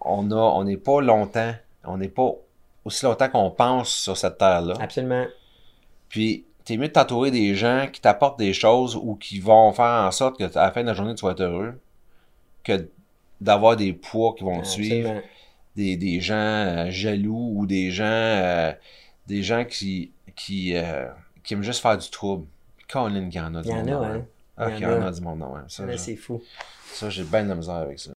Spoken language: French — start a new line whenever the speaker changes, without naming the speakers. on a, on n'est pas longtemps, on n'est pas aussi longtemps qu'on pense sur cette terre-là.
Absolument.
Puis, t'es mieux de t'entourer des gens qui t'apportent des choses ou qui vont faire en sorte que à la fin de la journée, tu sois heureux, que d'avoir des poids qui vont te suivre,
Absolument.
des, des gens euh, jaloux ou des gens, euh, des gens qui, qui, euh, qui aiment juste faire du trouble. Colin, qu'il y en a du
Il y en
monde
a,
de même.
hein.
Ah,
Il y
qu'il y
en
en
a.
a du monde de même. Ça,
Là,
je-
c'est fou.
ça, j'ai bien de la misère avec ça.